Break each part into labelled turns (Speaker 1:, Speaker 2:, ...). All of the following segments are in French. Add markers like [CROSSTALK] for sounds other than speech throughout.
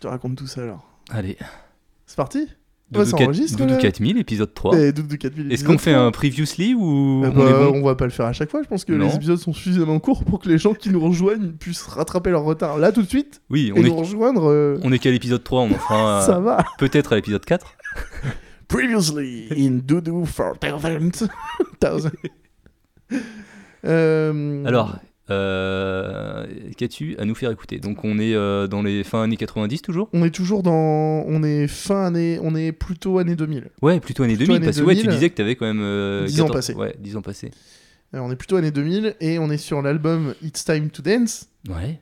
Speaker 1: te raconte tout ça alors.
Speaker 2: Allez.
Speaker 1: C'est parti Ouais,
Speaker 2: Doudou,
Speaker 1: ça
Speaker 2: quatre-
Speaker 1: enregistre,
Speaker 2: Doudou
Speaker 1: là.
Speaker 2: 4000, épisode 3.
Speaker 1: Et Doudou 4000,
Speaker 2: Est-ce qu'on
Speaker 1: épisode
Speaker 2: fait
Speaker 1: trois.
Speaker 2: un previously ou
Speaker 1: Ah
Speaker 2: on
Speaker 1: bah,
Speaker 2: est
Speaker 1: on,
Speaker 2: bon
Speaker 1: va pas le faire à chaque fois, je pense que
Speaker 2: Non.
Speaker 1: les épisodes sont suffisamment courts pour que les gens qui nous rejoignent puissent rattraper leur retard là tout de suite
Speaker 2: Oui,
Speaker 1: et
Speaker 2: on
Speaker 1: nous
Speaker 2: est,
Speaker 1: rejoindre. euh,
Speaker 2: on est qu'à l'épisode 3, on
Speaker 1: [LAUGHS] Ça
Speaker 2: en fera euh,
Speaker 1: va.
Speaker 2: peut-être à l'épisode 4.
Speaker 1: Previously in Doudou for [LAUGHS] Thousand. Thousand. Euh,
Speaker 2: Alors, euh, qu'as-tu à nous faire écouter Donc on est euh, dans les fins années 90 toujours
Speaker 1: On est toujours dans. On est fin année. On est plutôt année 2000.
Speaker 2: Ouais, plutôt années 2000,
Speaker 1: années
Speaker 2: parce que ouais, tu
Speaker 1: 2000,
Speaker 2: disais que t'avais quand même... euh,
Speaker 1: 10 ans
Speaker 2: 14
Speaker 1: passés.
Speaker 2: Ouais, 10 ans passés.
Speaker 1: Alors, Euh, on est plutôt année 2000 et on est sur l'album It's Time to Dance
Speaker 2: Ouais.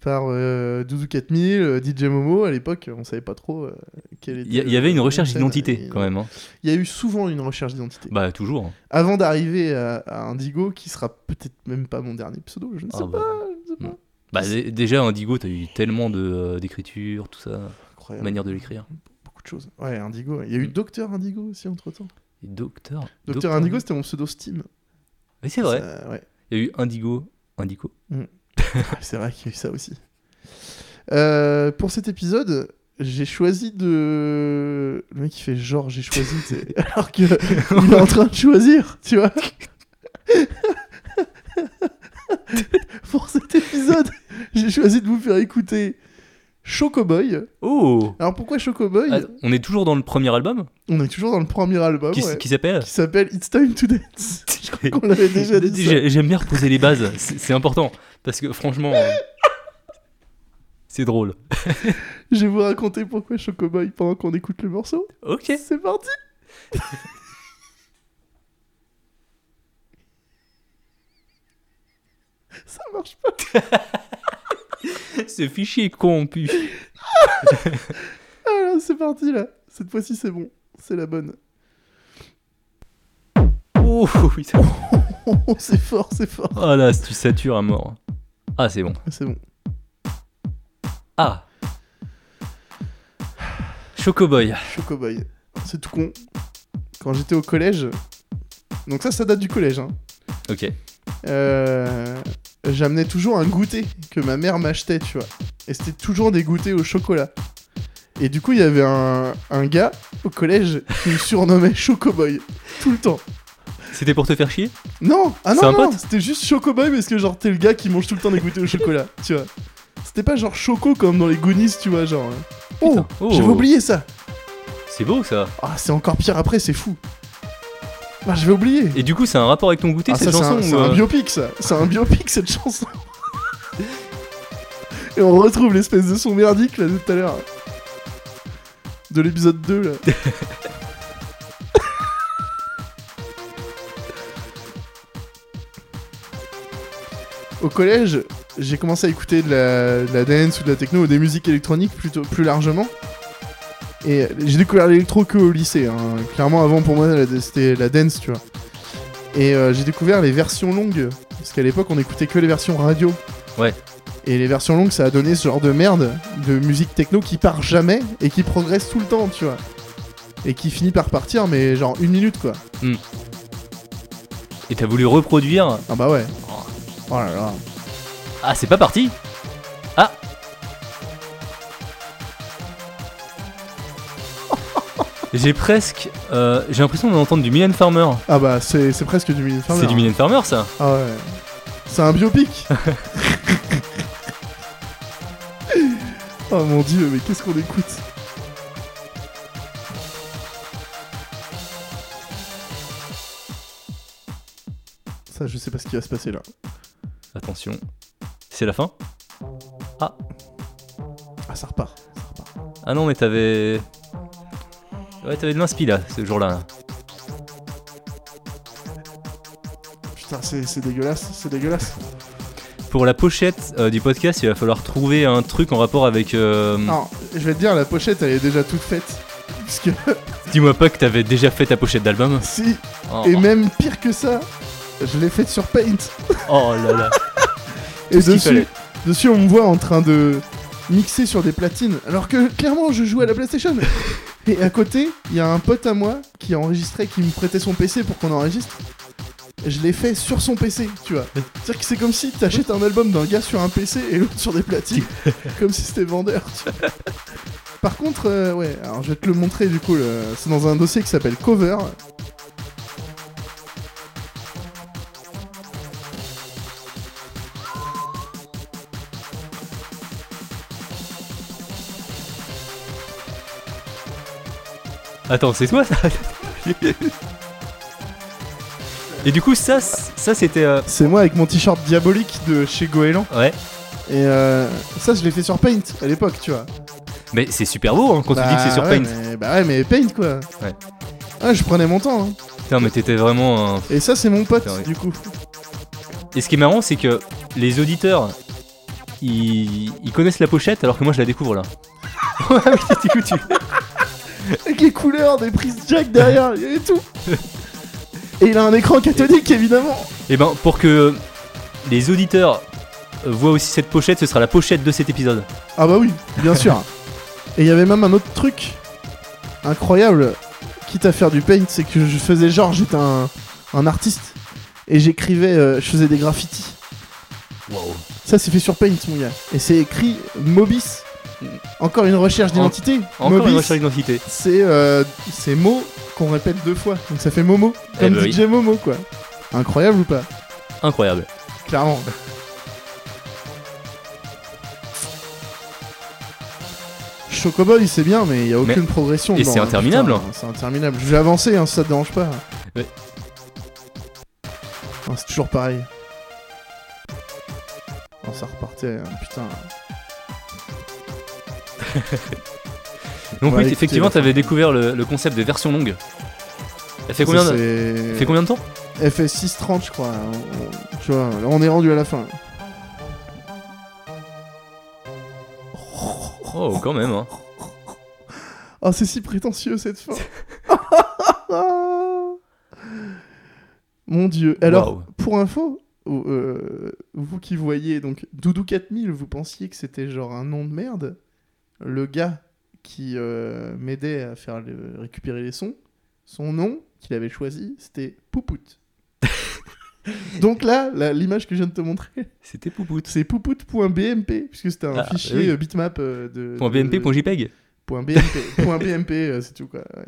Speaker 1: par euh, Doudou 4000, euh, DJ Momo. À l'époque, on savait pas trop euh, quelle était.
Speaker 2: Il y, a- il y avait une
Speaker 1: la
Speaker 2: recherche
Speaker 1: scène.
Speaker 2: d'identité
Speaker 1: Et-
Speaker 2: quand même. hein.
Speaker 1: Il y a eu souvent une recherche d'identité.
Speaker 2: Bah toujours.
Speaker 1: Avant d'arriver à, à Indigo, qui sera peut-être même pas mon dernier pseudo, je ne sais
Speaker 2: Ah bah.
Speaker 1: pas. je ne sais pas.
Speaker 2: Mm. Bah dé- déjà Indigo, t'as eu tellement de euh, d'écriture, tout ça,
Speaker 1: Incroyable.
Speaker 2: manière de l'écrire.
Speaker 1: Beaucoup de choses. Ouais, Indigo. Il y a eu
Speaker 2: Mm.
Speaker 1: Docteur Indigo aussi entre temps.
Speaker 2: Et Docteur.
Speaker 1: Docteur Indigo, c'était mon pseudo Steam.
Speaker 2: Oui, c'est vrai.
Speaker 1: Ça, ouais.
Speaker 2: Il y a eu Indigo. Indigo.
Speaker 1: Ouais, Ah, C'est vrai qu'il y a eu ça aussi. Euh, pour cet épisode, j'ai choisi de. Le mec, il fait genre, j'ai choisi, tu sais, [LAUGHS] alors qu'il est en train de choisir, tu vois. [LAUGHS] pour cet épisode, j'ai choisi de vous faire écouter Chocoboy.
Speaker 2: Oh
Speaker 1: Alors pourquoi Chocoboy
Speaker 2: Ah, On est toujours dans le premier album
Speaker 1: On est toujours dans le premier album
Speaker 2: qui, s-
Speaker 1: Ah ouais,
Speaker 2: qui s'appelle.
Speaker 1: [LAUGHS] qui s'appelle It's Time to
Speaker 2: [LAUGHS]
Speaker 1: Dance. Je crois qu'on l'avait déjà dit. ça.
Speaker 2: J'ai- J'aime bien reposer les bases, c'est c'est important. Parce que franchement. euh, C'est drôle.
Speaker 1: Je vais vous raconter pourquoi Chocoboy pendant qu'on écoute le morceau.
Speaker 2: Ok.
Speaker 1: C'est parti [LAUGHS] Ça marche pas.
Speaker 2: Ce fichier corrompu.
Speaker 1: Ah là, c'est parti là. Cette fois-ci c'est bon. C'est la bonne. [LAUGHS]
Speaker 2: Oh, oui, ça-
Speaker 1: Oh, oh, c'est fort, c'est fort.
Speaker 2: oh là, tu satures à mort. Ah, c'est bon.
Speaker 1: C'est bon.
Speaker 2: Ah Chocoboy.
Speaker 1: Chocoboy. C'est tout con. Quand j'étais au collège. Donc ça, ça date du collège. Hein.
Speaker 2: Ok.
Speaker 1: Euh, J'amenais toujours un goûter que ma mère m'achetait, tu vois. Et c'était toujours des goûters au chocolat. Et du coup, il y avait un, un gars au collège qui me surnommait Chocoboy. Tout le temps.
Speaker 2: C'était pour te faire chier
Speaker 1: Non, ah non,
Speaker 2: C'est un
Speaker 1: non,
Speaker 2: pote
Speaker 1: non, c'était juste Chocoboy parce que genre t'es le gars qui mange tout le temps des goûters au chocolat, [LAUGHS] tu vois. C'était pas genre Choco comme dans les Goonies, tu vois, genre. euh, Oh,
Speaker 2: Putain, oh.
Speaker 1: j'avais oublié ça.
Speaker 2: C'est beau ça.
Speaker 1: Ah, c'est encore pire après, c'est fou. Ah, j'avais oublié.
Speaker 2: Et du coup, c'est un rapport avec ton goûter,
Speaker 1: Ah,
Speaker 2: cette
Speaker 1: ça, c'est
Speaker 2: chanson
Speaker 1: un,
Speaker 2: ou,
Speaker 1: c'est un
Speaker 2: euh,
Speaker 1: biopic, ça. C'est un biopic, cette chanson. Et on retrouve l'espèce de son merdique, là, de tout à l'heure. De l'épisode 2, là. [LAUGHS] Au collège, j'ai commencé à écouter de la, de la dance ou de la techno ou des musiques électroniques plutôt, plus largement. Et j'ai découvert l'électro que au lycée. hein. Clairement, avant pour moi, la- c'était la dance, tu vois. Et euh, j'ai découvert les versions longues. Parce qu'à l'époque, on écoutait que les versions radio.
Speaker 2: Ouais.
Speaker 1: Et les versions longues, ça a donné ce genre de merde de musique techno qui part jamais et qui progresse tout le temps, tu vois. Et qui finit par partir, mais genre une minute, quoi.
Speaker 2: Et t'as voulu reproduire.
Speaker 1: Ah bah ouais. Oh là là.
Speaker 2: Ah, c'est pas parti Ah. [LAUGHS] J'ai presque. euh, J'ai l'impression d'entendre du Mylène Farmer.
Speaker 1: Ah bah, c'est c'est presque du minute.
Speaker 2: C'est du Mylène Farmer ça
Speaker 1: Ah ouais. C'est un biopic Oh mon dieu, mais qu'est-ce qu'on écoute Ça, je sais pas ce qui va se passer là.
Speaker 2: Attention. C'est la fin
Speaker 1: Ah, ça repart. ça repart.
Speaker 2: Ah non, mais t'avais. Ouais, t'avais de l'inspi là, ce jour-là.
Speaker 1: Putain, c'est c'est dégueulasse, c'est dégueulasse.
Speaker 2: Pour la pochette euh, du podcast, il va falloir trouver un truc en rapport avec. euh,
Speaker 1: Alors, je vais te dire, la pochette, elle est déjà toute faite. Parce que, [LAUGHS]
Speaker 2: Dis-moi pas que t'avais déjà fait ta pochette d'album.
Speaker 1: si,
Speaker 2: Oh,
Speaker 1: et même pire que ça, je l'ai faite sur Paint.
Speaker 2: oh là là.
Speaker 1: Et
Speaker 2: ce qu'il
Speaker 1: dessus,
Speaker 2: fallait.
Speaker 1: dessus, on me voit en train de mixer sur des platines, alors que clairement, je joue à la
Speaker 2: [LAUGHS]
Speaker 1: PlayStation. Et à côté, il y a un pote à moi qui enregistrait, qui me prêtait son PC pour qu'on enregistre. Je l'ai fait sur son PC, tu vois. C'est-à-dire que c'est comme si
Speaker 2: [LAUGHS]
Speaker 1: t'achètes un album d'un gars sur un PC et l'autre sur des platines, comme si c'était vendeur. tu vois. Par contre, euh, ouais, alors je vais te le montrer du coup, le- c'est dans un dossier qui s'appelle Cover.
Speaker 2: Attends, c'est toi ça Et du coup, ça, c- ça c'était. euh,
Speaker 1: C'est moi avec mon t-shirt diabolique de chez Goéland.
Speaker 2: Ouais,
Speaker 1: Et euh, ça, je l'ai fait sur Paint à l'époque, tu vois.
Speaker 2: mais c'est super beau hein, quand tu dis que c'est sur
Speaker 1: ouais,
Speaker 2: Paint.
Speaker 1: mais- bah ouais, mais Paint quoi.
Speaker 2: Ouais.
Speaker 1: Ah, je prenais mon temps. hein.
Speaker 2: Putain, mais t'étais vraiment. un-
Speaker 1: Et ça, c'est mon pote
Speaker 2: Putain, oui.
Speaker 1: du coup. [LAUGHS]
Speaker 2: Et ce qui est marrant, c'est que les auditeurs, ils... ils connaissent la pochette alors que moi je la découvre là. [LAUGHS] Ouais, oui, du coup, tu.
Speaker 1: Avec les couleurs, des prises jack derrière, il y avait
Speaker 2: [LAUGHS]
Speaker 1: tout. Et il a un écran cathodique évidemment.
Speaker 2: Et ben, pour que les auditeurs euh, voient aussi cette pochette, ce sera la pochette de cet épisode.
Speaker 1: Ah bah oui, bien sûr. Et il y avait même un autre truc incroyable, quitte à faire du paint, c'est que je faisais genre j'étais un, un artiste et j'écrivais, euh, je faisais des graffitis.
Speaker 2: Waouh.
Speaker 1: Ça c'est fait sur paint mon gars. Et c'est écrit Mobis. Encore une recherche
Speaker 2: En-
Speaker 1: d'identité.
Speaker 2: Encore une
Speaker 1: Mobis,
Speaker 2: recherche d'identité.
Speaker 1: c'est euh, ces mots qu'on répète deux fois. Donc ça fait Momo.
Speaker 2: Eh
Speaker 1: Comme
Speaker 2: bah oui.
Speaker 1: DJ Momo quoi. Incroyable ou pas
Speaker 2: Incroyable.
Speaker 1: Clairement. Chocoboy, c'est bien, mais il n'y a aucune progression.
Speaker 2: et
Speaker 1: dedans,
Speaker 2: c'est
Speaker 1: hein.
Speaker 2: interminable.
Speaker 1: Putain, C'est interminable. Je vais avancer, hein, si ça te dérange pas.
Speaker 2: Ouais.
Speaker 1: Ah, c'est toujours pareil. Ah, ça repartait, hein, putain.
Speaker 2: Donc,
Speaker 1: Ouais,
Speaker 2: oui,
Speaker 1: écoutez,
Speaker 2: effectivement,
Speaker 1: la
Speaker 2: t'avais découvert le, le concept de version longue. Elle
Speaker 1: Ça,
Speaker 2: fait combien, de...
Speaker 1: c'est-
Speaker 2: elle fait combien de temps
Speaker 1: Elle fait 6.30, je crois. On- on- tu vois, là, on est rendu à la fin.
Speaker 2: Oh, quand même, hein.
Speaker 1: Oh, c'est si prétentieux cette
Speaker 2: [LAUGHS]
Speaker 1: fin. Mon dieu. Alors,
Speaker 2: Waouh.
Speaker 1: pour info, euh, vous qui voyez donc Doudou 4000, vous pensiez que c'était genre un nom de merde. Le gars qui euh, m'aidait à faire le- récupérer les sons, son nom qu'il avait choisi, c'était
Speaker 2: [LAUGHS]
Speaker 1: Poupout. donc là, la- l'image que je viens de te montrer,
Speaker 2: C'était Poupoute.
Speaker 1: c'est poupout.bmp, puisque c'était un
Speaker 2: Ah,
Speaker 1: fichier
Speaker 2: oui.
Speaker 1: euh, bitmap euh, de.
Speaker 2: Point
Speaker 1: de-
Speaker 2: .bmp, point E .jpeg.
Speaker 1: Point .bmp, [LAUGHS] point .bmp euh, c'est tout quoi. Ouais.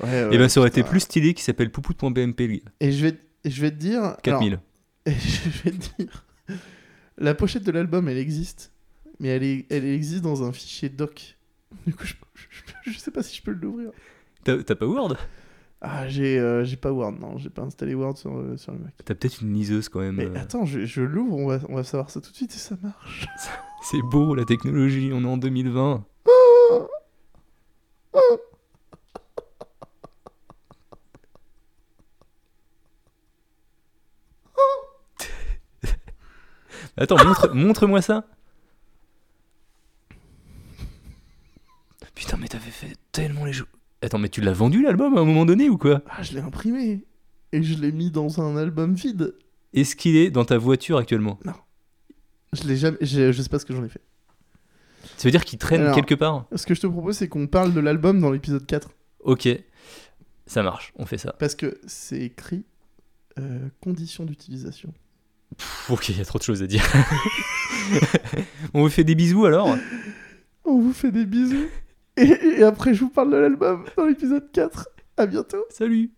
Speaker 1: Ouais, ouais,
Speaker 2: et ben, ça aurait été
Speaker 1: putain.
Speaker 2: plus stylé qui s'appelle poupoute.bmp le gars.
Speaker 1: Et je vais, et je vais te dire.
Speaker 2: 4000.
Speaker 1: alors, [LAUGHS] et je vais te dire. La pochette de l'album, elle existe. Mais elle, est, elle existe dans un fichier doc. Du coup, je, je- je sais pas si je peux l'ouvrir.
Speaker 2: T'as t'as pas Word
Speaker 1: Ah, j'ai euh, j'ai pas Word, non, j'ai pas installé Word sur, euh, sur le Mac.
Speaker 2: T'as peut-être une liseuse quand même.
Speaker 1: Mais
Speaker 2: euh,
Speaker 1: attends, je, je l'ouvre, on va, on va savoir ça tout de suite et ça marche.
Speaker 2: C'est beau la technologie, on est en 2020. [LAUGHS] Attends, montre, montre-moi ça. Putain, mais t'avais fait tellement les jeux. Attends, mais tu l'as vendu l'album à un moment donné ou quoi
Speaker 1: Ah, je l'ai imprimé et je l'ai mis dans un album vide.
Speaker 2: Est-ce qu'il est dans ta voiture actuellement
Speaker 1: Je l'ai jamais, je, je sais pas ce que j'en ai fait.
Speaker 2: Ça veut dire qu'il traîne
Speaker 1: Alors.
Speaker 2: quelque part
Speaker 1: Ce que je te propose, c'est qu'on parle de l'album dans l'épisode 4.
Speaker 2: Ok, ça marche, on fait ça.
Speaker 1: Parce que c'est écrit euh, conditions d'utilisation.
Speaker 2: Pff, ok, il y a trop de choses à dire. [LAUGHS] on vous fait des bisous alors
Speaker 1: On vous fait des bisous. Et, et après, je vous parle de l'album dans l'épisode 4. À bientôt.
Speaker 2: Salut